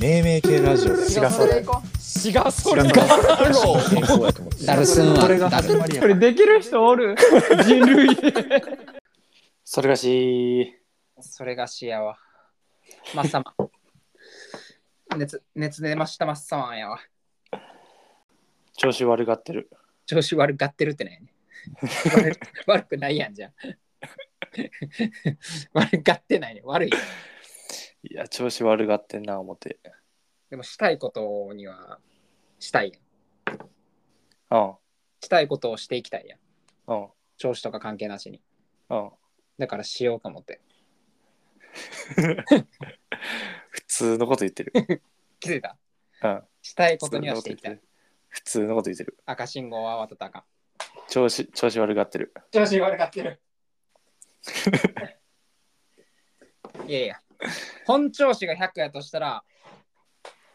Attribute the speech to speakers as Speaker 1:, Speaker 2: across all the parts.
Speaker 1: 命名系ラジオだよ
Speaker 2: 違 うそれ行こ
Speaker 3: 違うそれ
Speaker 1: 違う
Speaker 3: か
Speaker 1: 健康やと思って
Speaker 4: ダルスンは
Speaker 1: これが
Speaker 4: ダ
Speaker 1: 始
Speaker 4: ル
Speaker 1: まりや
Speaker 5: これできる人お る人類
Speaker 3: それがし
Speaker 2: うそれがしやわマッサマン熱熱出ましたマッサマンやわ
Speaker 3: 調子悪がってる
Speaker 2: 調子悪がってるってないね悪悪くないやんじゃん悪がってないね悪い
Speaker 3: いや調子悪がってんな思って
Speaker 2: でもしたいことにはしたいやん
Speaker 3: うん
Speaker 2: したいことをしていきたいやん
Speaker 3: うん
Speaker 2: 調子とか関係なしに
Speaker 3: うん
Speaker 2: だからしようと思って
Speaker 3: 普通のこと 言ってる
Speaker 2: 気づいた
Speaker 3: うん
Speaker 2: したい
Speaker 3: 普
Speaker 2: こ
Speaker 3: 通
Speaker 2: とには
Speaker 3: の
Speaker 2: し
Speaker 3: こ
Speaker 2: て
Speaker 3: と
Speaker 2: い
Speaker 3: 言っ
Speaker 2: きた
Speaker 3: て
Speaker 2: い
Speaker 3: る普通のこと言ってる
Speaker 2: 赤信号は渡ったらあかん
Speaker 3: 調子調子悪がってる
Speaker 2: 調子悪かってる。いやいや、本調子が100やとしたら、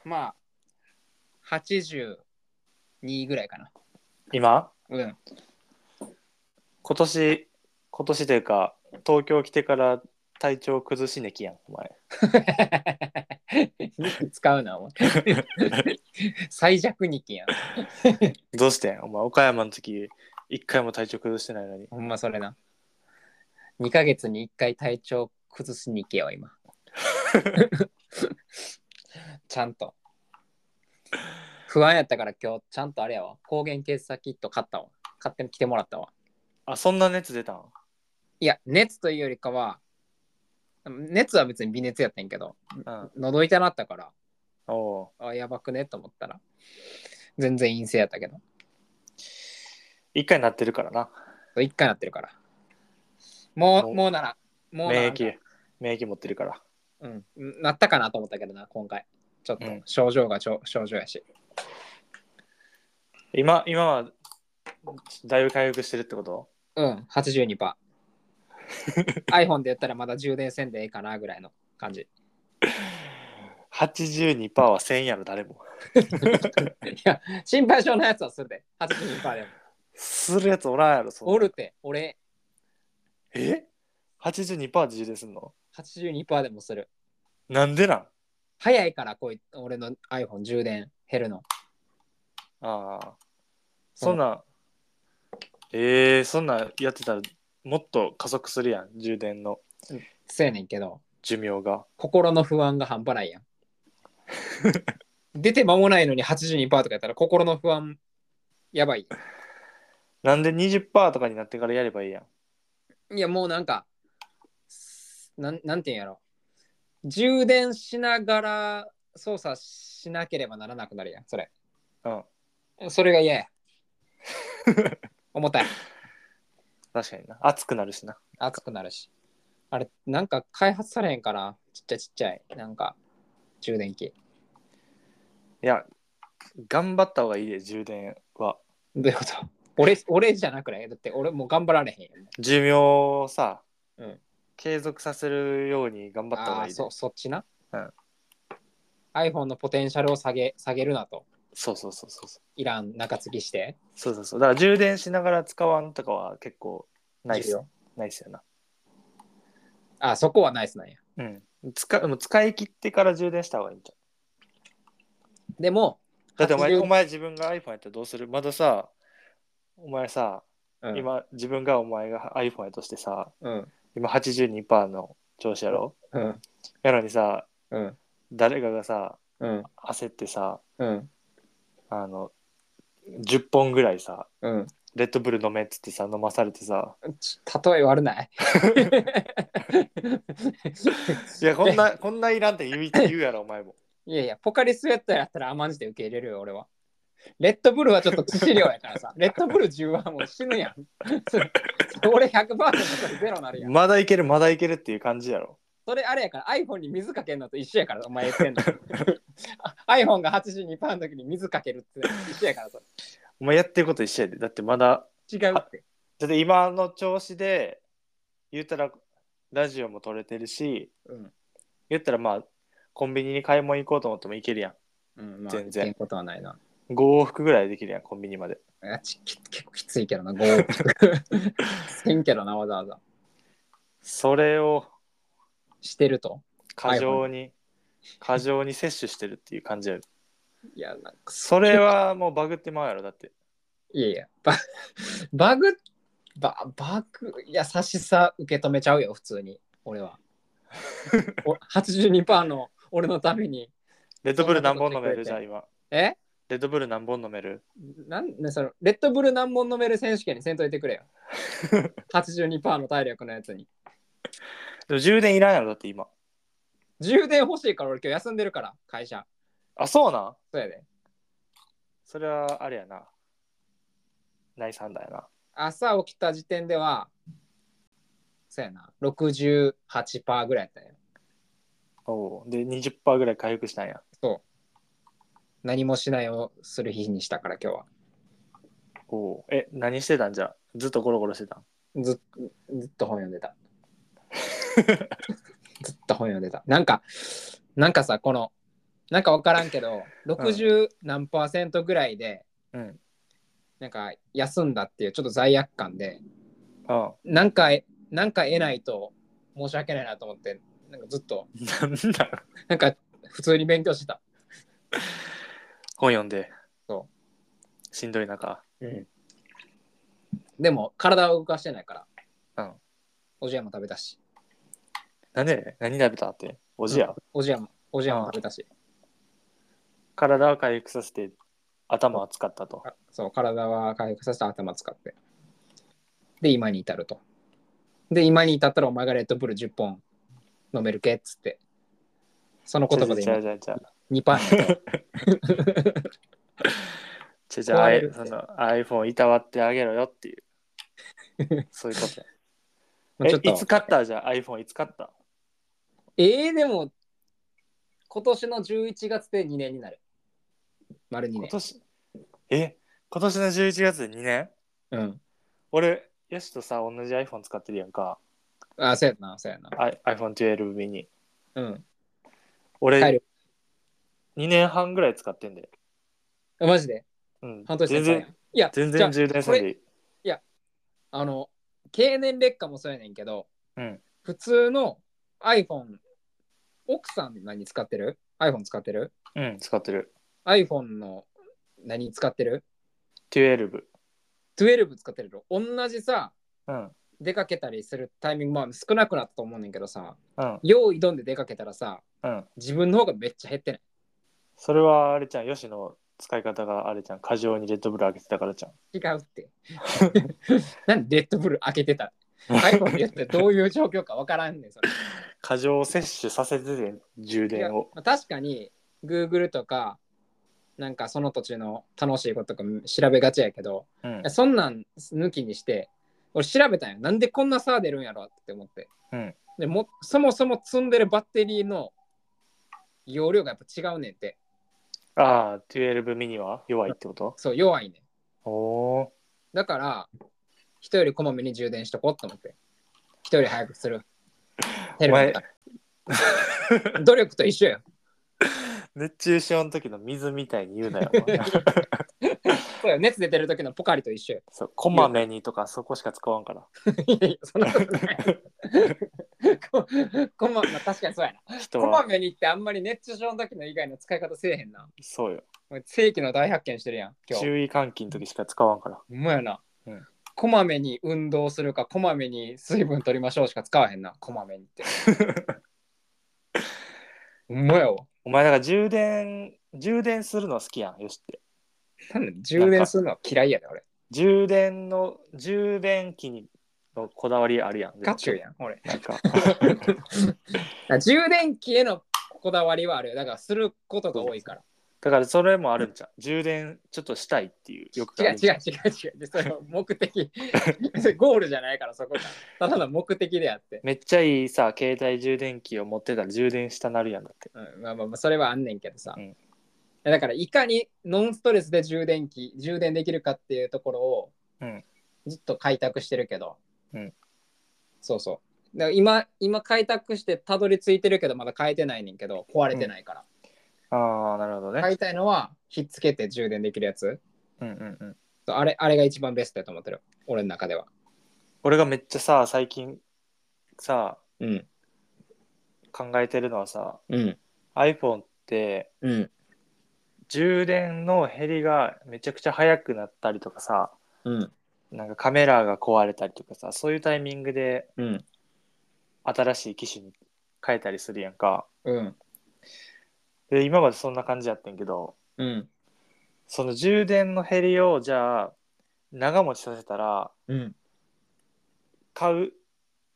Speaker 2: まあ、82ぐらいかな。
Speaker 3: 今
Speaker 2: うん。
Speaker 3: 今年今年というか東京来てから体調崩しねきやんお前
Speaker 2: 使うな、お前。 最弱日記やん。
Speaker 3: どうしてんお前岡山の時一回も体調崩してないのに
Speaker 2: ほんまそれな。2ヶ月に1回体調崩す日記やわ、今。 ちゃんと。不安やったから今日、ちゃんとあれやわ。抗原検査キット買ったわ。買ってきてもらったわ。
Speaker 3: あそんな熱出たん
Speaker 2: いや、熱というよりかは、熱は別に微熱やったんやけど、
Speaker 3: うん
Speaker 2: 喉痛なったから、
Speaker 3: おう
Speaker 2: あ、やばくねと思ったら、全然陰性やったけど、
Speaker 3: 一回なってるからな
Speaker 2: 一回なってるから。も
Speaker 3: お
Speaker 2: う、もうなら、もうなら
Speaker 3: 免
Speaker 2: んか
Speaker 3: 疫免疫持ってるから
Speaker 2: うん、なったかなと思ったけどな、今回。ちょっと
Speaker 3: うん
Speaker 2: 症状がちょ症状やし。
Speaker 3: 今今はだいぶ回復してるってこと
Speaker 2: うん、82%。iPhone でやったらまだ充電せんでええかなぐらいの感じ。
Speaker 3: 82%は1000やろ誰も
Speaker 2: いや、心配性のやつはするで、82%でも。
Speaker 3: するやつおらんやろそんな
Speaker 2: おるって、俺、
Speaker 3: え ?82% で充電すんの
Speaker 2: 82%でもする。
Speaker 3: なんでなん
Speaker 2: 早いからこい俺の iPhone 充電減るの
Speaker 3: ああそんなえー、そんなんやってたらもっと加速するやん充電の
Speaker 2: そうやねんけど
Speaker 3: 寿命が
Speaker 2: 心の不安が半端ないやん出て間もないのに82%とかやったら心の不安やばい
Speaker 3: なんで20%とかになってからやればいいやん
Speaker 2: いやもうなんかなんなんていうんやろ充電しながら操作しなければならなくなるやんそれ
Speaker 3: うん
Speaker 2: それが嫌や重たい
Speaker 3: 確かにな熱くなるしな
Speaker 2: 熱くなるし。あれ、なんか開発されへんかなちっちゃいちっちゃい、なんか、充電器。
Speaker 3: いや頑張った方がいいで充電は
Speaker 2: どういうこと俺、俺じゃなくないだって俺もう頑張られへんよ、ね。
Speaker 3: 寿命をさ、
Speaker 2: うん
Speaker 3: 継続させるように頑張った方
Speaker 2: あ
Speaker 3: が
Speaker 2: あー、
Speaker 3: いいで
Speaker 2: そ、そっちな。
Speaker 3: うん。
Speaker 2: iPhone のポテンシャルを下げ、下げるなと。
Speaker 3: そうそうそうそうそう
Speaker 2: いらん中継ぎして。
Speaker 3: そうそうそうだから充電しながら使わんとかは結構ナイ
Speaker 2: 重
Speaker 3: ス
Speaker 2: 要
Speaker 3: ナイスやな
Speaker 2: あー、そこはナイスなんや。
Speaker 3: うん使もう使い切ってから充電した方がいいんじゃ
Speaker 2: でも、
Speaker 3: うだってお前
Speaker 2: 80
Speaker 3: お前自分が iPhone やったらどうするまださお前さ、
Speaker 2: うん、
Speaker 3: 今自分がお前が iPhone やとしてさ
Speaker 2: うん、
Speaker 3: 今82%の調子やろ
Speaker 2: うん、
Speaker 3: やのにさ
Speaker 2: うん、
Speaker 3: 誰かがさ
Speaker 2: うん、
Speaker 3: 焦ってさ
Speaker 2: うん、
Speaker 3: あの10本ぐらいさ
Speaker 2: うん。
Speaker 3: レッドブル飲めっつってさ飲まされてさ
Speaker 2: ち例え悪ない。
Speaker 3: いやこんなこんないらんって言う言うやろお前も
Speaker 2: いやいや、ポカリスエットやったら甘んじて受け入れるよ、俺は。レッドブルはちょっと致死量やからさ。 レッドブル10はもう死ぬやん。 そそ俺100%だったらゼロなるやん。
Speaker 3: まだいけるまだいけるっていう感じやろ
Speaker 2: それあれやから iPhone に水かけるのと一緒やから、お前言 ってんの。あ iPhone が82%の時に水かけるって一緒やからさ。
Speaker 3: お前やってること一緒やでだってまだ
Speaker 2: 違うって。
Speaker 3: だって今の調子で言ったらラジオも撮れてるし
Speaker 2: うん。
Speaker 3: 言ったらまあコンビニに買い物行こうと思っても行けるや
Speaker 2: うん、まあ、
Speaker 3: 全然
Speaker 2: いけんことはないな。
Speaker 3: ん5往復ぐらいできるやんコンビニまで
Speaker 2: いやちき結構きついけどな、5。せんけどな、わざわざ。
Speaker 3: それを
Speaker 2: してると。
Speaker 3: 過剰に過剰に摂取してるっていう感じや
Speaker 2: いや、なんか、
Speaker 3: それはもうバグってまうやろだって
Speaker 2: いやいや、ババグ、ババグ、いや、優しさ受け止めちゃうよ、普通に、俺は。お82%の俺のために。
Speaker 3: レッドブル何本飲めるじゃあ今
Speaker 2: え
Speaker 3: レッドブル何本飲める
Speaker 2: なんでそのレッドブル何本飲める選手権にせんといてくれよ。82%の体力のやつに。
Speaker 3: でも充電いらんやろだって今
Speaker 2: 充電欲しいから俺今日休んでるから、会社。
Speaker 3: あそうなん
Speaker 2: そうやで。
Speaker 3: それはあれやなナイスハンダーやな
Speaker 2: 朝起きた時点では、そうやな、68%ぐらいやったんよ。
Speaker 3: おおで20%ぐらい回復したんや
Speaker 2: 何もしないをする日にしたから今日は。
Speaker 3: おおえ何してたんじゃずっとゴロゴロしてたん
Speaker 2: ずっずっと本読んでた。 ずっと本読んでた。なんか、なんかさ、この、なんか分からんけど、60何パーセントぐらいで、
Speaker 3: うん
Speaker 2: なんか休んだっていうちょっと罪悪感で、
Speaker 3: ああ
Speaker 2: なんか、なんか得ないと申し訳ないなと思って、なんかずっと、
Speaker 3: なんだ
Speaker 2: なんか普通に勉強してた。
Speaker 3: 本読んで
Speaker 2: そ
Speaker 3: しんどい中
Speaker 2: でも、体を動かしてないから、
Speaker 3: うん
Speaker 2: おじやも食べたし、
Speaker 3: なんで何食べたっておじや、
Speaker 2: おじやも、おじやも食べたし、
Speaker 3: 体を回復させて頭を使ったと
Speaker 2: あそう、体は回復させた頭使って。で、今に至ると。で、今に至ったらお前がレッドブル10本飲めるけっつって。その言葉で
Speaker 3: じゃあ
Speaker 2: 今
Speaker 3: じゃあじゃあ
Speaker 2: 2パーやった
Speaker 3: じゃあじゃああ
Speaker 2: 壊れ
Speaker 3: い
Speaker 2: るって
Speaker 3: その iPhone いたわってあげろよって いうそういうこと
Speaker 2: まあ
Speaker 3: え
Speaker 2: ちょっと
Speaker 3: いつ買ったじゃあ iPhone いつ買った
Speaker 2: ええでも、今年の11月で2年になる。丸2
Speaker 3: 今
Speaker 2: 年。
Speaker 3: 年え今年の11月で2年
Speaker 2: うん。
Speaker 3: 俺ヤシとさ同じ iPhone 使ってるやんか
Speaker 2: あ、そうやな、そうやな。
Speaker 3: I- iPhone12 ミニ
Speaker 2: うん。
Speaker 3: 俺
Speaker 2: 帰る
Speaker 3: 2年半ぐらい使ってんで、
Speaker 2: あマジで
Speaker 3: うん、
Speaker 2: 半年
Speaker 3: 全
Speaker 2: 先輩や
Speaker 3: 然
Speaker 2: んいや、
Speaker 3: 全
Speaker 2: じゃ
Speaker 3: 然
Speaker 2: あ
Speaker 3: 充電せんでいい
Speaker 2: あの、経年劣化もそうやねんけど、
Speaker 3: うん
Speaker 2: 普通の iPhone、奥さん何使ってる ?iPhone 使ってる
Speaker 3: うん使ってる
Speaker 2: ?iPhone の何使ってる
Speaker 3: 12
Speaker 2: ?12 使ってるの同じさ、
Speaker 3: うん
Speaker 2: 出かけたりするタイミング、まあ少なくなったと思うねんけどさ、
Speaker 3: うん
Speaker 2: 用意どんで出かけたらさ、
Speaker 3: うん
Speaker 2: 自分の方がめっちゃ減ってない。
Speaker 3: それはあれちゃんヨシの使い方があれちゃん過剰にレッドブル開けてたからちゃん
Speaker 2: 違う って。なんでレッドブル開けてた ?iPhone でやってどういう状況かわからんねん、それ。
Speaker 3: 過剰摂取させてて充
Speaker 2: いや
Speaker 3: 電を
Speaker 2: まあ確かに Google とかなんかその土地の楽しいこととか調べがちやけど、
Speaker 3: うん
Speaker 2: そんなん抜きにして俺調べたんよなんでこんな差出るんやろって思って、
Speaker 3: うん
Speaker 2: でもそもそも積んでるバッテリーの容量がやっぱ違うねんって
Speaker 3: ああ12ミニは弱いってこと
Speaker 2: そう弱いねん
Speaker 3: おお
Speaker 2: だから人よりこまめに充電しとこうと思って人より早くするヘルメット 努力と一緒よ
Speaker 3: 熱中症の時の水みたいに言 うなよ
Speaker 2: そうよ熱出てる時のポカリと一緒よ
Speaker 3: そうこまめにとかそこしか使わんから
Speaker 2: いやいや、 そんなことない。 ここま、まあ、確かにそうやな。
Speaker 3: 人
Speaker 2: こま
Speaker 3: は
Speaker 2: めに行ってあんまり熱中症の時の以外の使い方せえへんな。
Speaker 3: そうよ
Speaker 2: 俺世紀の大発見してるやん、今日。
Speaker 3: 注意喚起の時しか使わんから
Speaker 2: ほんまやな、
Speaker 3: うん
Speaker 2: こまめに運動するか、こまめに水分取りましょうしか使わへんな、こまめにって。 ほんまやわ。
Speaker 3: お前だから充電充電するのは好きやんよしって
Speaker 2: なんで充電するのは嫌いやで、俺。
Speaker 3: 充電の充電器にのこだわりあるやん絶対
Speaker 2: ガチュウやん、俺。
Speaker 3: なんか
Speaker 2: あ充電器へのこだわりはあるよ。だから、することが多いから。
Speaker 3: だからそれもあるんちゃう充電ちょっとしたいっていう欲
Speaker 2: 違う
Speaker 3: があるんち
Speaker 2: 違
Speaker 3: ゃ
Speaker 2: う違う違うで。それは目的。 それゴールじゃないからそこが。ただの目的であって。
Speaker 3: めっちゃいいさ携帯充電器を持ってたら充電したなるやんだって
Speaker 2: うん、まあまあまあ、それはあんねんけどさ。
Speaker 3: うん
Speaker 2: だから、いかにノンストレスで充電器、充電できるかっていうところを
Speaker 3: うん
Speaker 2: ずっと開拓してるけど。
Speaker 3: うん
Speaker 2: そうそう。だから今、今開拓してたどり着いてるけど、まだ変えてないねんけど、壊れてないから。
Speaker 3: ああなるほどね、
Speaker 2: 買いたいのは、ひっつけて充電できるやつ。
Speaker 3: うんうんうん
Speaker 2: そうあれ、あれが一番ベストだと思ってる。俺の中では。
Speaker 3: 俺がめっちゃさ最近さ
Speaker 2: うん。
Speaker 3: 考えてるのはさ
Speaker 2: うん。
Speaker 3: iPhone って
Speaker 1: うん。
Speaker 3: 充電の減りがめちゃくちゃ早くなったりとかさ
Speaker 1: うん。
Speaker 3: なんかカメラが壊れたりとかさそういうタイミングで
Speaker 1: うん。
Speaker 3: 新しい機種に変えたりするやんか
Speaker 2: うん。
Speaker 3: で今までそんな感じやってんけど
Speaker 2: うん。
Speaker 3: その充電の減りをじゃあ長持ちさせたら
Speaker 1: うん。
Speaker 3: 買う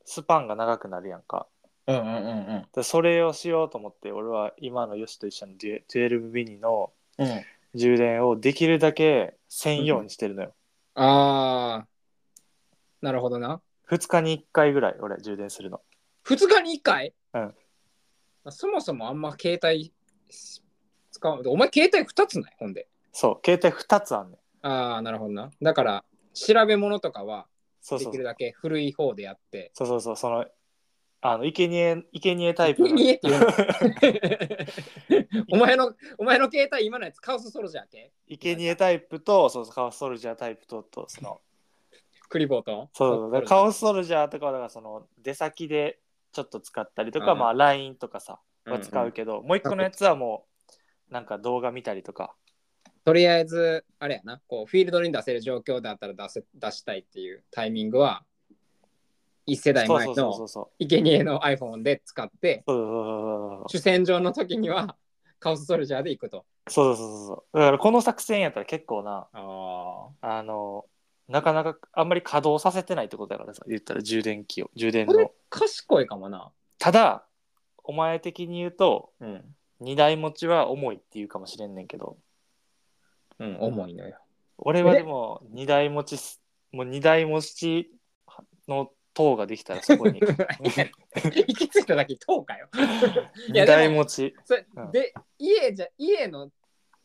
Speaker 3: スパンが長くなるやんか
Speaker 1: うん。うん。うん。
Speaker 3: でそれをしようと思って俺は今のヨシと一緒のデュエルミニの
Speaker 1: うん。
Speaker 3: 充電をできるだけ専用にしてるのよ、
Speaker 2: ああ。なるほどな。
Speaker 3: 2日に1回ぐらい俺充電するの
Speaker 2: 2日に1回
Speaker 3: うん。
Speaker 2: そもそもあんま携帯し使う。お前携帯2つないほんで。
Speaker 3: そう携帯2つあんねん
Speaker 2: ああ、なるほどな。だから、調べ物とかは
Speaker 3: そう
Speaker 2: で
Speaker 3: そう
Speaker 2: きるだけ古い方でやって。
Speaker 3: そうそうそうそのあの生贄生贄タイプの
Speaker 2: 見えって言う のお前の、お前の携帯今のやつカオスソルジャー系
Speaker 3: 生贄タイプとそうそうカオスソルジャータイプととその
Speaker 2: クリボーと
Speaker 3: そうそうだからカオスソルジャーとかはだからその出先でちょっと使ったりとか、
Speaker 2: うん
Speaker 3: まあ LINE とかさは使
Speaker 1: う。
Speaker 3: うんけど、もう一個のやつはもうなんか動画見たりとか
Speaker 2: とりあえず、あれやな、こう、フィールドに出せる状況だったら出せ出したいっていうタイミングは、一世代
Speaker 3: そう
Speaker 2: 前
Speaker 3: そうそうそ
Speaker 2: の
Speaker 3: うそう
Speaker 2: 生贄の iPhone で使って、
Speaker 3: そうそうそうそう
Speaker 2: 主戦場の時にはカオスソルジャーで行くと。
Speaker 3: そうそうそうそうだからこの作戦やったら結構な
Speaker 2: あ
Speaker 3: あのなかなかあんまり稼働させてないってことだからさ言ったら充電器を充電
Speaker 2: これ
Speaker 3: の
Speaker 2: 賢いかもな。
Speaker 3: ただお前的に言うと
Speaker 1: うん。
Speaker 3: 2台持ちは重いって言うかもしれんねんけど
Speaker 2: うん、重いのよ。
Speaker 3: 俺はでも2台持ちすもう2台持ちの塔ができたらそこ に
Speaker 2: 行き着いただけ10日 よ。いや
Speaker 3: 2台持ち
Speaker 2: それ
Speaker 3: うん
Speaker 2: で、家じゃ、家の、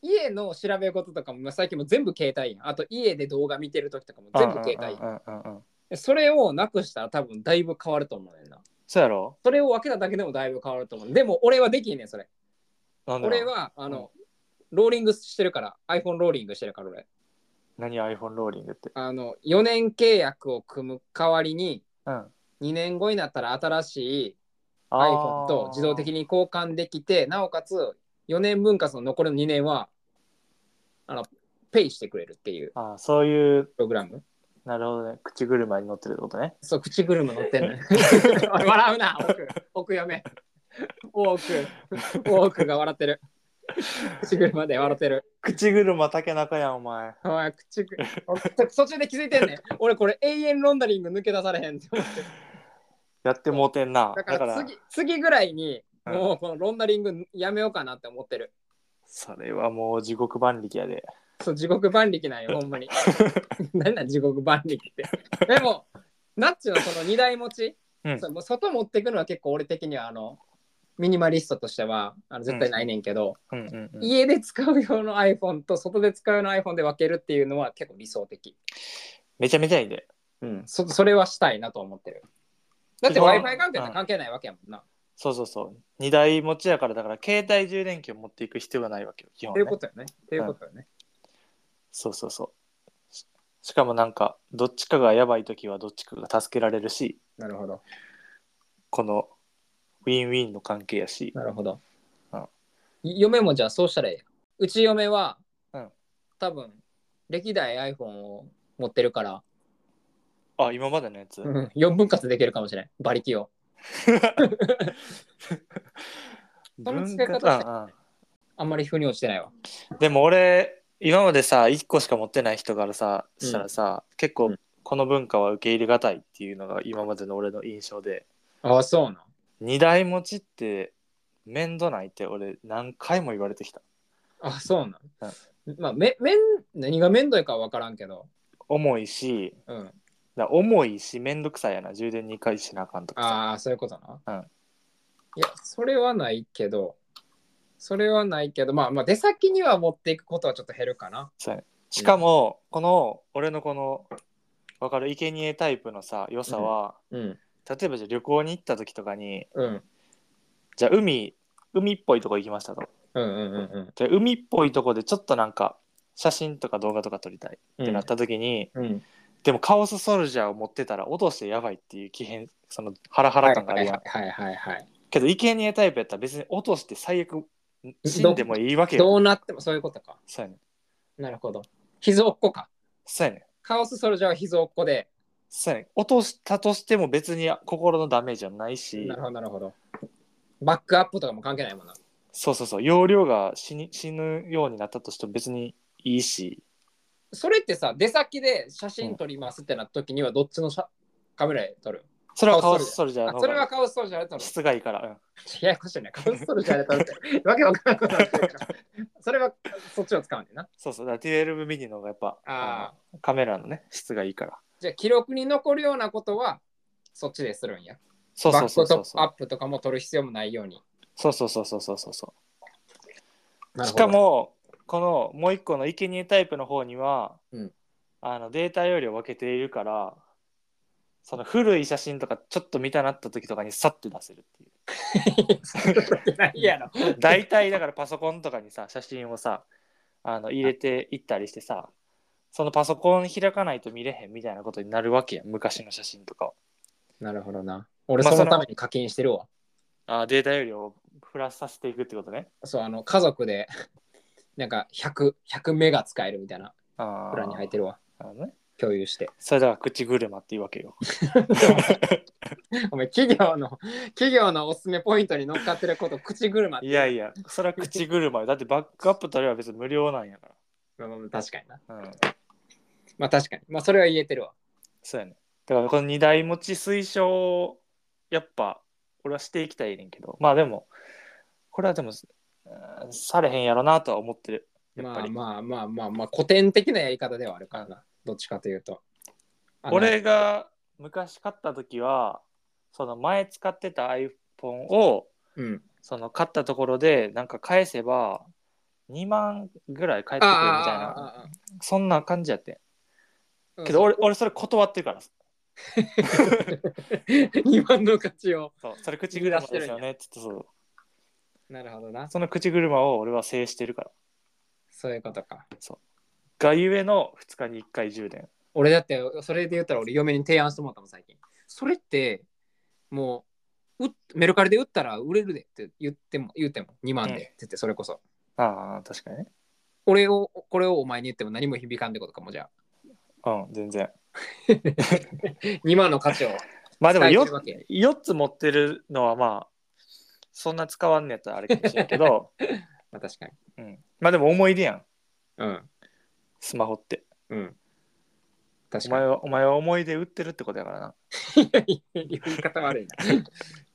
Speaker 2: 家の調べ事とかもまあ最近も全部携帯やん。あと家で動画見てる時とかも全部携帯やん
Speaker 3: うんうんうんうんうん
Speaker 2: それをなくしたら多分だいぶ変わると思うねんな。
Speaker 3: そうやろ
Speaker 2: それを分けただけでもだいぶ変わると思う。でも俺はできんねん、それ。
Speaker 3: なんで
Speaker 2: 俺
Speaker 3: なん
Speaker 2: は、あの、ローリングしてるから、iPhone ローリングしてるから俺。
Speaker 3: 何 iPhone ローリングって
Speaker 2: あの、4年契約を組む代わりに、
Speaker 3: うん
Speaker 2: 2年後になったら新しい iPhone
Speaker 3: あー
Speaker 2: と自動的に交換できて、なおかつ4年分割の残りの2年は、あの、ペイしてくれるっていう
Speaker 3: あーそういう
Speaker 2: プログラム。
Speaker 3: なるほどね口車に乗ってるってことね
Speaker 2: そう、口車乗ってんのよ。おい 笑うな、奥、奥やめ。多く、多くが笑ってる。口車で笑ってる。
Speaker 3: 口車竹中やんお前
Speaker 2: おい、口ぐ、お途中で気づいてんねん。俺、これ永遠ロンダリング抜け出されへんって思って。
Speaker 3: やってもうてんな
Speaker 2: だから次、次ぐらいに、もうこのロンダリングやめようかなって思ってる。
Speaker 3: それはもう地獄万力やで
Speaker 2: そう、地獄万力なん よ、ほんまに。何なん、地獄万力って。でも、ナッチのその荷台持ち、
Speaker 3: うん
Speaker 2: そうもう外持ってくのは結構俺的には、あの、ミニマリストとしてはあの絶対ないねんけど、
Speaker 3: うんうんうん
Speaker 2: 家で使う用の iPhone と外で使う用の iPhone で分けるっていうのは結構理想的
Speaker 3: めちゃめちゃいいで
Speaker 1: うん。
Speaker 2: そそれはしたいなと思ってるだって w
Speaker 3: まあ
Speaker 2: i f i 関係と
Speaker 3: うん
Speaker 2: 関係ないわけやもんな、
Speaker 3: そうそうそう2台持ちやからだから携帯充電器を持っていく必要がないわけよ基
Speaker 2: っ
Speaker 3: 本、
Speaker 2: て
Speaker 3: ね
Speaker 2: いう、ことよねっていうことよね、
Speaker 3: そうそうそうししかもなんかどっちかがやばい時はどっちかが助けられるし
Speaker 2: なるほど
Speaker 3: このウィンウィンの関係やし
Speaker 2: なるほど、
Speaker 3: うん
Speaker 2: い嫁もじゃあそうしたらええやんうち嫁は、
Speaker 3: うん
Speaker 2: 多分歴代 iPhone を持ってるから、
Speaker 3: あ今までのやつ、
Speaker 2: うん、4分割できるかもしれん馬力をその付け方して
Speaker 3: うんうん
Speaker 2: あんまり腑に落ちてないわ
Speaker 3: でも俺今までさ1個しか持ってない人からさしたらさ、結
Speaker 1: う
Speaker 3: 構
Speaker 1: ん
Speaker 3: この文化は受け入れがたいっていうのが今までの俺の印象で
Speaker 2: ああそうな
Speaker 3: 2台持ちって面倒ないって俺何回も言われてきた
Speaker 2: あそうなん、まあめめん何が面倒いかは分からんけど
Speaker 3: 重いし
Speaker 2: うん
Speaker 3: だ重いし面倒くさいやな充電2回しなあかんとかさ
Speaker 2: ああ、そういうことな。
Speaker 3: うん
Speaker 2: いや、それはないけど、それはないけど、まあ、まあ、出先には持っていくことはちょっと減るかな。
Speaker 3: そうやねしかも、この俺のこのわかる生贄タイプのさ良さは、
Speaker 1: うん。
Speaker 3: 例えばじゃあ旅行に行った時とかに
Speaker 2: うん。
Speaker 3: じゃあ海海っぽいとこ行きましたと
Speaker 2: うんうんうん
Speaker 3: じゃあ海っぽいとこでちょっとなんか写真とか動画とか撮りたいってなった時に、
Speaker 1: うん。
Speaker 3: でもカオスソルジャーを持ってたら落としてやばいっていう危険そのハラハ
Speaker 2: は
Speaker 3: ラ
Speaker 2: い
Speaker 3: 感があ
Speaker 2: は
Speaker 3: る
Speaker 2: い
Speaker 3: やん、
Speaker 2: はいはいはい。
Speaker 3: けど、生贄タイプやったら別に落として最悪死んでもいいわけよ。
Speaker 2: どうなってもそういうことか。
Speaker 3: そうやねん。
Speaker 2: なるほど。秘蔵っ子か。
Speaker 3: そうやねん。
Speaker 2: カオスソルジャーは秘蔵っ子で。
Speaker 3: そうやねん。落としたとしても別に心のダメージはないし
Speaker 2: な、るほど、なるほど。バックアップとかも関係ないもんな。
Speaker 3: そうそうそう、容量が死に死ぬようになったとしても別にいいし、
Speaker 2: それってさ、出先で写真撮りますってなった時にはどっちの写カメラで撮る
Speaker 3: それはカオスソルジャー
Speaker 2: あ
Speaker 3: の
Speaker 2: それ
Speaker 3: 方
Speaker 2: は
Speaker 3: が
Speaker 2: カオスソルジャーで撮る。
Speaker 3: 質がいいから。うん
Speaker 2: ややこしいね。カオスソルジャーで撮るって。わけわからんことになってるから。それはそっちを使うんだよな。
Speaker 3: そうそう、だから12ミニの方がやっぱ
Speaker 2: あ
Speaker 3: あのカメラのね、質がいいから。
Speaker 2: じゃあ記録に残るようなことはそっちでするんや。
Speaker 3: そうそうそうそ
Speaker 2: バッ
Speaker 3: う
Speaker 2: ク
Speaker 3: そ
Speaker 2: とア
Speaker 3: う。
Speaker 2: ップとかも撮る必要もないように。
Speaker 3: そうそうそうそうそうそうそう。
Speaker 2: なる
Speaker 3: し
Speaker 2: ほど
Speaker 3: か、もこのもう一個の生贄タイプの方には、
Speaker 2: うん
Speaker 3: あのデータ容量を分けているからその古い写真とかちょっと見たなった時とかにさって出せるってい
Speaker 2: いやろ。
Speaker 3: う大体だからパソコンとかにさ写真をさあの入れていったりしてさそのパソコン開かないと見れへんみたいなことになるわけやん昔の写真とかは
Speaker 2: なるほどな。俺
Speaker 3: まあ
Speaker 2: その
Speaker 3: その
Speaker 2: ために課金してるわ。
Speaker 3: あーデータ容量をプラスさせていくってことね
Speaker 2: そう、あの、家族で、 なんか100、100メガ使えるみたいな
Speaker 3: あ
Speaker 2: プランに入
Speaker 3: っ
Speaker 2: ってるわ。
Speaker 3: あのね
Speaker 2: 共有 して。
Speaker 3: それだから口車っていうわけよ
Speaker 2: お前、企業の、企業のおすすめポイントに乗っかってること、口車って。
Speaker 3: いやいや それは口車よだってバックアップ取れば別に無料なんやから
Speaker 2: まあまあまあ確かにな。
Speaker 3: うん、
Speaker 2: まあ確かに。まあそれは言えてるわ。
Speaker 3: そうやね。だからこの二台持ち推奨、やっぱ俺はしていきたいねんけど、まあでも、これはでも、うんされへんやろなとは思ってる。やっ
Speaker 2: ま
Speaker 3: ぱ
Speaker 2: あ
Speaker 3: り。
Speaker 2: まあまあまあまあ、古典的なやり方ではあるからな。どっちかというと。あの、
Speaker 3: 俺が昔買った時は、その前使ってた iPhone を、
Speaker 2: うん。
Speaker 3: その買ったところで、なんか返せば、2万ぐらい返ってくるみたいな、
Speaker 2: あ
Speaker 3: そんな感じやって
Speaker 2: あ
Speaker 3: ん。け ど俺、俺それ断ってるから、
Speaker 2: 2万の価値を。
Speaker 3: そうそれ口車ですよねっつってそう。
Speaker 2: なるほどな。
Speaker 3: その口車を俺は制してるから。
Speaker 2: そういうことか。
Speaker 3: がゆえの2日に1回充電
Speaker 2: 俺だって、それで言ったら俺、嫁に提案してもらったもん、最近。それって、もう、うメルカリで売ったら売れるでって言っても、言っても、2万でっ
Speaker 3: うん
Speaker 2: て言って、それこそ。
Speaker 3: ああ確かにね
Speaker 2: 俺を、これをお前に言っても何も響かんってことかも、じゃあ。
Speaker 3: うん全然
Speaker 2: 2万の価値を。
Speaker 3: まあでも
Speaker 2: 使えて
Speaker 3: 4,
Speaker 2: るわけ
Speaker 3: 4つ持ってるのはまあそんな使わんのやったらあれかもしれんけど、
Speaker 2: まあ確かに。
Speaker 3: うん、まあでも思い出やん
Speaker 2: うん。
Speaker 3: スマホって
Speaker 2: うん。確
Speaker 3: お
Speaker 2: かに
Speaker 3: 前。はお前は思い出売ってるってことやからない
Speaker 2: やいや言い方悪いな。い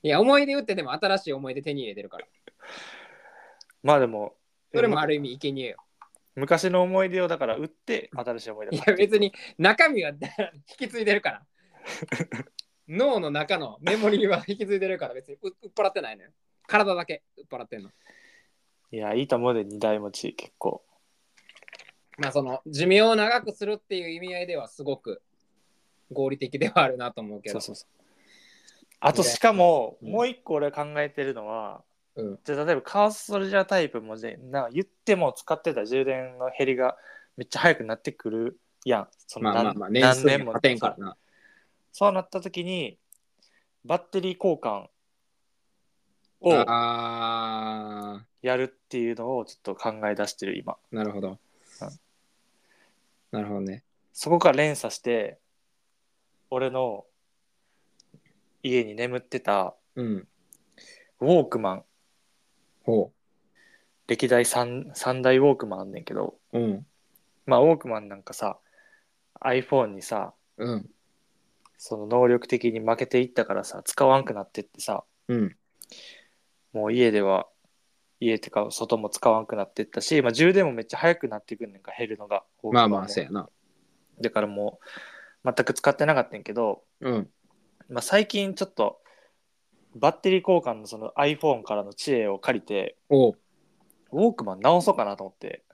Speaker 2: や、思い出打ってでも新しい思い出手に入れてるから。
Speaker 3: まあでも
Speaker 2: それもあ
Speaker 3: む
Speaker 2: る意味いけにえよ。
Speaker 3: 昔の思い出をだから売って新しい思い出
Speaker 2: い
Speaker 3: を買
Speaker 2: や、
Speaker 3: って
Speaker 2: 別に中身は 引き継いでる から。脳の中のメモリーは引き継いでるから別にう売っ払ってないのよ。体だけ売っ払ってんの。
Speaker 3: いやいいと思うで2台持ち結構
Speaker 2: まあその寿命を長くするっていう意味合いではすごく合理的ではあるなと思うけ
Speaker 3: そ
Speaker 2: ど
Speaker 3: う。そうそうあとしかも、
Speaker 2: うん
Speaker 3: もう一個俺考えてるのは、
Speaker 2: うん
Speaker 3: じゃあ例えばカーソルジャータイプもぜな言っても使ってた充電の減りがめっちゃ早くなってくるやんそ
Speaker 2: ま
Speaker 3: の
Speaker 2: あ
Speaker 3: 何,、
Speaker 2: まあまあ、年
Speaker 3: 何
Speaker 2: 数
Speaker 3: 年
Speaker 2: も
Speaker 3: も
Speaker 2: 勝てんからな。
Speaker 3: そうなった時にバッテリー交換を
Speaker 2: あ
Speaker 3: やるっていうのをちょっと考え出してる今
Speaker 2: ー、なるほど
Speaker 3: うん。
Speaker 2: なるほどね。
Speaker 3: そこから連鎖して俺の家に眠ってた
Speaker 2: うん。
Speaker 3: ウォークマン
Speaker 2: ほ
Speaker 3: 歴代 3, 三大ウォークマンあんねんけど、
Speaker 2: う。うん。
Speaker 3: まあ、ウォークマンなんかさ、iPhone にさ、
Speaker 2: うん。
Speaker 3: その能力的に負けていったからさ、使わんくなってってさ、
Speaker 2: うん。
Speaker 3: もう家では、家ってか外も使わんくなってったし、まあ、充電もめっちゃ早くなってくんねんか、減るのが。ウォーク
Speaker 2: ま
Speaker 3: マ
Speaker 2: あ
Speaker 3: ンも
Speaker 2: まあ、そうやな。
Speaker 3: だからもう、全く使ってなかったんやけど、
Speaker 2: うん。
Speaker 3: まあ、最近ちょっと、バッテリー交換のその iPhone からの知恵を借りて、
Speaker 2: おう
Speaker 3: ウォークマン直そうかなと思って。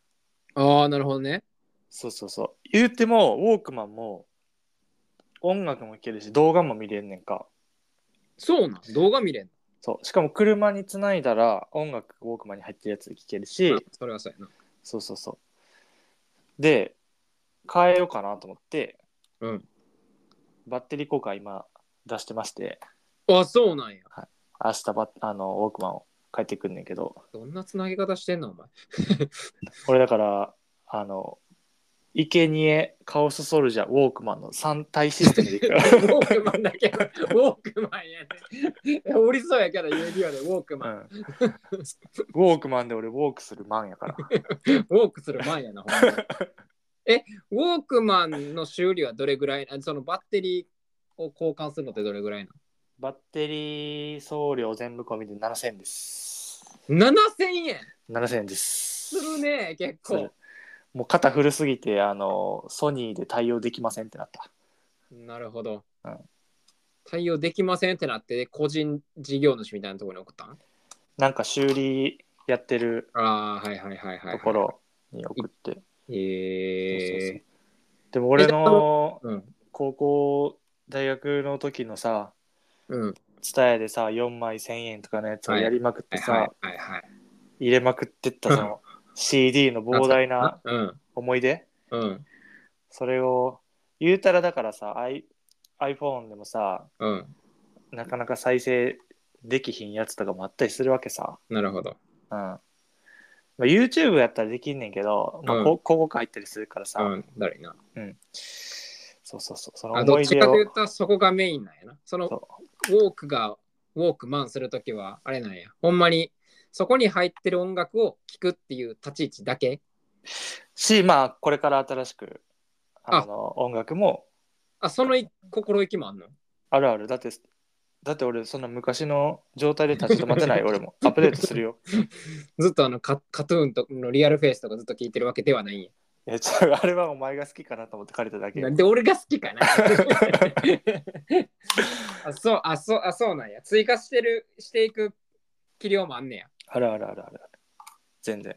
Speaker 2: ああ、なるほどね。
Speaker 3: そうそうそう。言うても、ウォークマンも、音楽も聴けるし、動画も見れんねんか。
Speaker 2: そうなん。動画見れんの。
Speaker 3: そうしかも車につないだら音楽ウォークマンに入ってるやつ聴けるし、
Speaker 2: うんそれはそうや
Speaker 3: そうそうそうで変えようかなと思って、
Speaker 2: うん
Speaker 3: バッテリー交換今出してまして
Speaker 2: な。あそうなんや。
Speaker 3: 明日ばあのウォークマンを帰ってくんねんけど
Speaker 2: どんなつなぎ方してんのお前。
Speaker 3: 俺だからあの生贄カオスソルジャーウォークマンの3体システムでいくか
Speaker 2: ウ
Speaker 3: ら
Speaker 2: ォークマンだ けは、ウォークマンやね。おりそうやから言えるよね、ウォークマン。
Speaker 3: うんウォークマンで俺ウォークするマンやから
Speaker 2: ウォークする前やな、ほんま にえ、ウォークマンの修理はどれぐらいあそのバッテリーを交換するのってどれぐらいな
Speaker 3: バッテリー送料全部込みで7000円です
Speaker 2: の ?7000 円
Speaker 3: 7000円です
Speaker 2: するね、結
Speaker 3: そ
Speaker 2: 構
Speaker 3: う。もう肩古すぎてあのソニーで対応できませんってなった
Speaker 2: なるほど
Speaker 3: うん。
Speaker 2: 対応できませんってなって、個人事業主みたいなところに送ったん
Speaker 3: なんか修理やってる
Speaker 2: ああ、はいはいはいはい。
Speaker 3: ところに送って、そうそう
Speaker 2: え
Speaker 3: でも俺の
Speaker 2: ー。うん。
Speaker 3: 高校大学の時のさ
Speaker 2: うん。
Speaker 3: 蔦屋でさ4枚1000円とかのやつを
Speaker 2: はい
Speaker 3: やりまくってさ、
Speaker 2: はいはいはい。
Speaker 3: 入れまくってっ たその CD の膨大な
Speaker 2: うん。
Speaker 3: 思い出
Speaker 2: うん。
Speaker 3: それを言うたらだからさ i iPhone でもさ
Speaker 2: うん。
Speaker 3: なかなか再生できひんやつとかもあったりするわけさ、
Speaker 2: なるほど。
Speaker 3: うんまあ、YouTube やったらできんねんけど、まあ
Speaker 2: うん
Speaker 3: こ広告入ったりするからさ、
Speaker 2: うん。だるいな。
Speaker 3: うんそうそうそうその
Speaker 2: あど
Speaker 3: 思
Speaker 2: っ
Speaker 3: い
Speaker 2: ち
Speaker 3: 出
Speaker 2: か
Speaker 3: を
Speaker 2: というと、そこがメインなんやな。その
Speaker 3: そ
Speaker 2: ウォークがウォークマンするときは、あれなんや。ほんまに、そこに入ってる音楽を聴くっていう立ち位置だけ。
Speaker 3: しまあこれから新しく
Speaker 2: あ
Speaker 3: あの音楽も
Speaker 2: あ、そのい心意気もあんの
Speaker 3: あるあるだってだって俺そんな昔の状態で立ち止 まってない俺もアップデートするよ
Speaker 2: ずっとあのカ、カトゥーンとのリアルフェイスとかずっと聴いてるわけではないんや。
Speaker 3: えちょあれはお前が好きかなと思って借りただけ
Speaker 2: なんで俺が好き かなあそうあそうあそうなんや追加してるしていく器量もあんねや
Speaker 3: あるあるあるある全然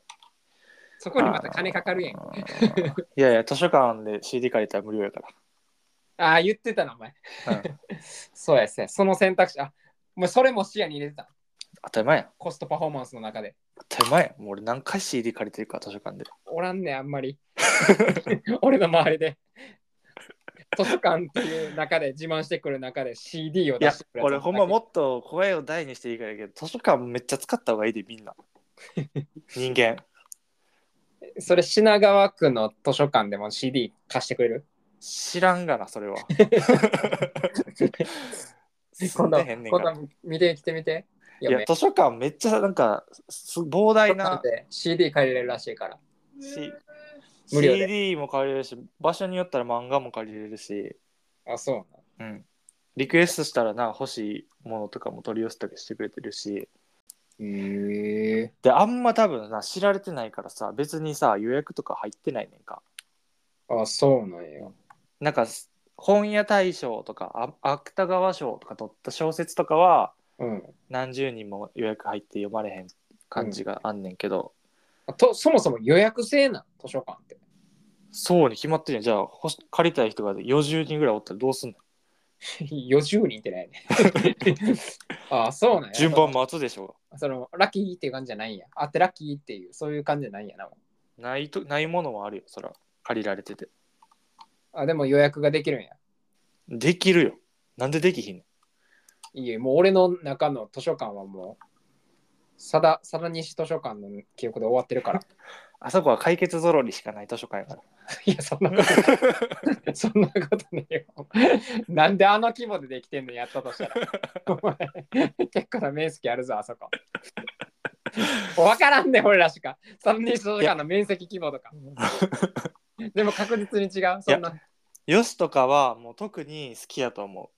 Speaker 2: そこにまた金かかるやんあ
Speaker 3: あーいやいや図書館で CD 借りたら無料やか
Speaker 2: あー言ってたなお前
Speaker 3: ら、うん、
Speaker 2: そうやそうやその選択肢あもうそれも視野に入れてた
Speaker 3: 当たり前やん
Speaker 2: コストパフォーマンスの中で
Speaker 3: 当たり前やんもう俺何回 CD 借りてるか図書館で
Speaker 2: おらんねんあんま り俺の周りで図書館っていう中で自慢してくる中で CD を
Speaker 3: い
Speaker 2: 出
Speaker 3: や
Speaker 2: してくる
Speaker 3: 俺ほんまも
Speaker 2: っ
Speaker 3: っと声を大にしていいからやけど図書館めっちゃ使った方がいいでみ んな人間
Speaker 2: それ品川区の図書館でも CD 貸してくれる
Speaker 3: 知らんがなそれは住
Speaker 2: 今
Speaker 3: ん
Speaker 2: 度
Speaker 3: でへんねんから
Speaker 2: 今度見てきてみて。
Speaker 3: いや
Speaker 2: め
Speaker 3: 図書館めっちゃなんかす膨大な
Speaker 2: で CD 借りれるらしいから。
Speaker 3: し
Speaker 2: 無料で
Speaker 3: CD も借りれるし場所によったら漫画も借りれるし、
Speaker 2: あ、そ
Speaker 3: うん、リクエストしたらな欲しいものとかも取り寄せたりしてくれてるし
Speaker 2: うなへえ。
Speaker 3: であんま多分な知られてないからさ別にさ予約とか入ってないねんか
Speaker 2: あ、そうなんや。
Speaker 3: なんかす本屋大賞とかあ芥川賞とか取った小説とかは
Speaker 2: うん。
Speaker 3: 何十人も予約入って読まれへん感じがあんねんけど、
Speaker 2: あとそもそも予約制なん図書館って。
Speaker 3: そうに決まってるやんじゃあ欲し借りたい人が40人ぐらいおったらどうすんの
Speaker 2: 40人ってないね。 あ、そうなんや。
Speaker 3: 順番待つでしょ
Speaker 2: その。そのラッキーっていう感じじゃないんや。あってラッキーっていう、そういう感じじゃないんやな。
Speaker 3: ないとないものもあるよそら借りられてて
Speaker 2: あ、でも予約ができるんや。
Speaker 3: できるよなんでできひんの
Speaker 2: いいえ、もう俺の中の図書館はもう、さだ、さだ西図書館の記憶で終わってるから。
Speaker 3: あそこは解決ぞろりしかない図書館やから
Speaker 2: いや、そんなこと ない。そんなことないよ。なんであの規模でできてんのやったとしたら。お前結構な面積あるぞ、あそこ。 わからんね、俺らしか。サムネイとかの面積規模とか。でも確実に違う。そんな。
Speaker 3: よしとかはもう特に好きやと思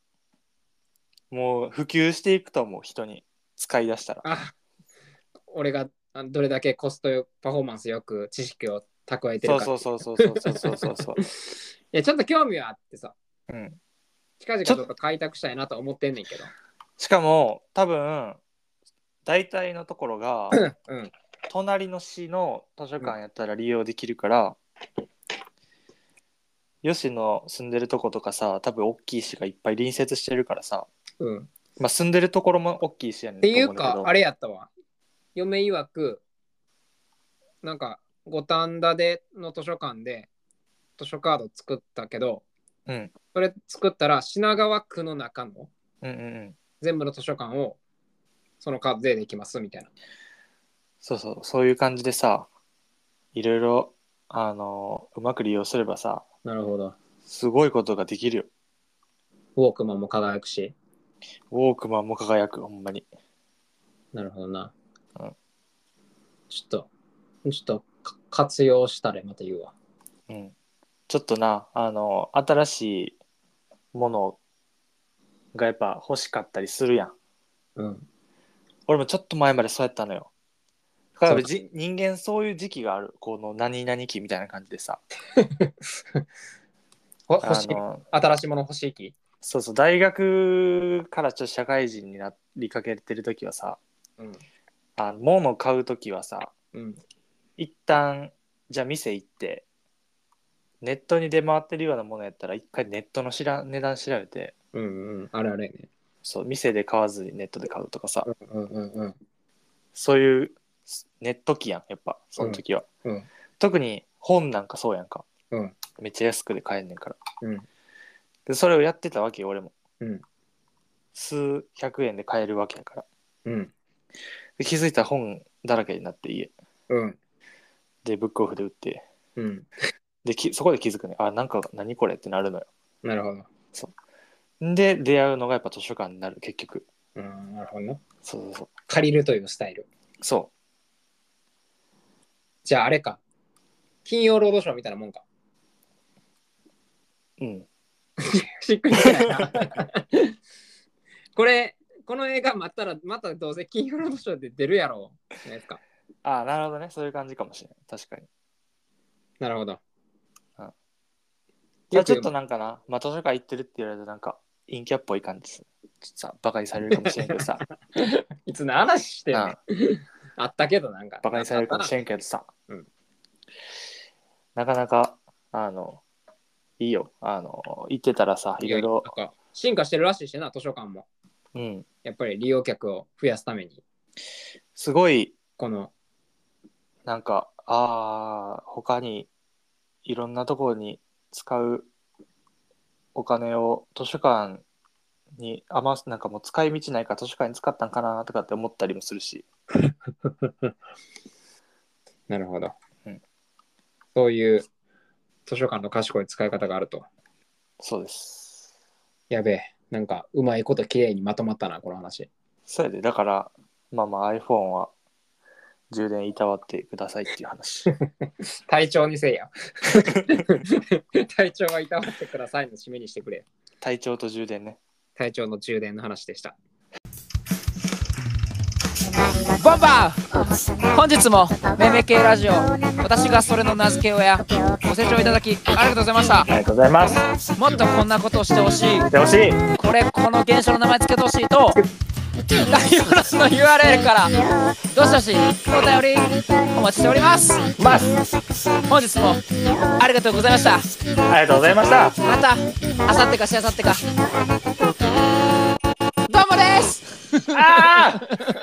Speaker 3: うもう普及していくと思う人に使い出したら
Speaker 2: あ俺があどれだけコストよパフォーマンスよく知識を蓄えてる
Speaker 3: そう
Speaker 2: か。
Speaker 3: そうそうそうそうそうそうそう
Speaker 2: いや、ちょっと興味はあってさ。
Speaker 3: うん
Speaker 2: 近々とか開拓したいなと思ってんねんけど。
Speaker 3: しかも多分大体のところが
Speaker 2: うん。
Speaker 3: 隣の市の図書館やったら利用できるから、よしの住んでるとことかさ多分大きい市がいっぱい隣接してるからさ、
Speaker 2: うん。
Speaker 3: まあ、住んでるところも大きい市やね
Speaker 2: っ
Speaker 3: ん
Speaker 2: て
Speaker 3: と
Speaker 2: い
Speaker 3: 思
Speaker 2: うん
Speaker 3: だけ
Speaker 2: か
Speaker 3: ど
Speaker 2: あれやったわ嫁曰くなんか五反田での図書館で図書カード作ったけど
Speaker 3: うん
Speaker 2: それ作ったら品川区の中の
Speaker 3: うんうんうん
Speaker 2: 全部の図書館をその課税でいきますみたいな。
Speaker 3: そうそう、そういう感じでさ、いろいろ、あの、うまく利用すればさ、
Speaker 2: なるほど。
Speaker 3: すごいことができるよ。
Speaker 2: ウォークマンも輝くし。
Speaker 3: ウォークマンも輝く、ほんまに。
Speaker 2: なるほどな。
Speaker 3: うん
Speaker 2: ちょっと、ちょっとか活用したらまた言うわ。
Speaker 3: うん。ちょっとな、あの、新しいものがやっぱ欲しかったりするやん。
Speaker 2: うん。
Speaker 3: 俺もちょっと前までそうやったのよ。だか
Speaker 2: そう
Speaker 3: ら
Speaker 2: か
Speaker 3: じ人間そういう時期がある。この何々期みたいな感じでさ。
Speaker 2: ほ
Speaker 3: あ
Speaker 2: 欲しい。
Speaker 3: の
Speaker 2: 新しいもの欲しいき。
Speaker 3: そうそう、大学からちょっと社会人になりかけてる時はさ、
Speaker 2: うん。
Speaker 3: あの物を買う時はさ、
Speaker 2: うん。
Speaker 3: 一旦じゃあ店行ってネットに出回ってるようなものやったら一回ネットの知ら値段調べて
Speaker 2: うんうん。あれあれね。
Speaker 3: そう店で買わずにネットで買うとかさ
Speaker 2: うんうんうん。
Speaker 3: そういうネット機やんやっぱその時は、
Speaker 2: うんうん
Speaker 3: 特に本なんかそうやんか、
Speaker 2: うん
Speaker 3: めっちゃ安くで買えんねんから、
Speaker 2: うん
Speaker 3: でそれをやってたわけよ俺も、
Speaker 2: うん
Speaker 3: 数百円で買えるわけやから
Speaker 2: うん。
Speaker 3: で気づいたら本だらけになって家
Speaker 2: うん。
Speaker 3: でブックオフで売って
Speaker 2: うん。
Speaker 3: できそこで気づくねあなんか何これってなるのよ
Speaker 2: なるほど。
Speaker 3: で出会うのがやっぱ図書館になる結局
Speaker 2: うん。なるほどな。
Speaker 3: そうそうそう
Speaker 2: 借りるというスタイル。
Speaker 3: そ
Speaker 2: じゃああれか。金曜ロードショーみたいなもんか。
Speaker 3: ううん
Speaker 2: しっくりきてないな これ、この映画またら、またどうせ金曜ロードショーで出るやろう。じゃないですか。
Speaker 3: ああなるほどねそういう感じかもしれない確かに
Speaker 2: なるほど。
Speaker 3: いやちょっとなんかな、まあ、図書館行ってるって言われるとなんか陰キャっぽい感じですちょっとさバカにされるかもしれんけど さ
Speaker 2: いつの話してんねん
Speaker 3: あ
Speaker 2: あったけどなんか。
Speaker 3: バカにされるかもし
Speaker 2: れ
Speaker 3: れんけどさ、
Speaker 2: うん
Speaker 3: なかなかあのいいよあの行ってたらさいろいろ
Speaker 2: なんか進化してるらしいしな、図書館も。
Speaker 3: うん
Speaker 2: やっぱり利用客を増やすために、
Speaker 3: すごい
Speaker 2: この、
Speaker 3: なんかああ他にいろんなところに使うお金を図書館に余すなんかもう使い道ないから図書館に使ったんかなとかって思ったりもするし
Speaker 2: なるほど。
Speaker 3: うん
Speaker 2: そういう図書館の賢い使い方があると。
Speaker 3: そうです
Speaker 2: やべえ、なんかうまいこときれいにまとまったな、この話。
Speaker 3: そうやでだからまあまあ iPhone は充電いたわってくださいっていう話
Speaker 2: 体調にせえや。 体調はいたわってくださいの締めにしてくれ。
Speaker 3: 体調と充電ね
Speaker 2: 体調の充電の話でした。
Speaker 4: ボンバー本日もめめ系ラジオ私がそれの名付け親ご清聴いただきありがとうございました
Speaker 3: ありがとうございます
Speaker 4: もっとこんなことをしてほしい
Speaker 3: でほしい
Speaker 4: これこの現象の名前つけてほしいと概要欄の URL からどしどしお便りお待ちしております
Speaker 3: ます
Speaker 4: 本日もありがとうございました
Speaker 3: ありがとうございました
Speaker 4: またあさってかしあさってかどうもです
Speaker 3: ああ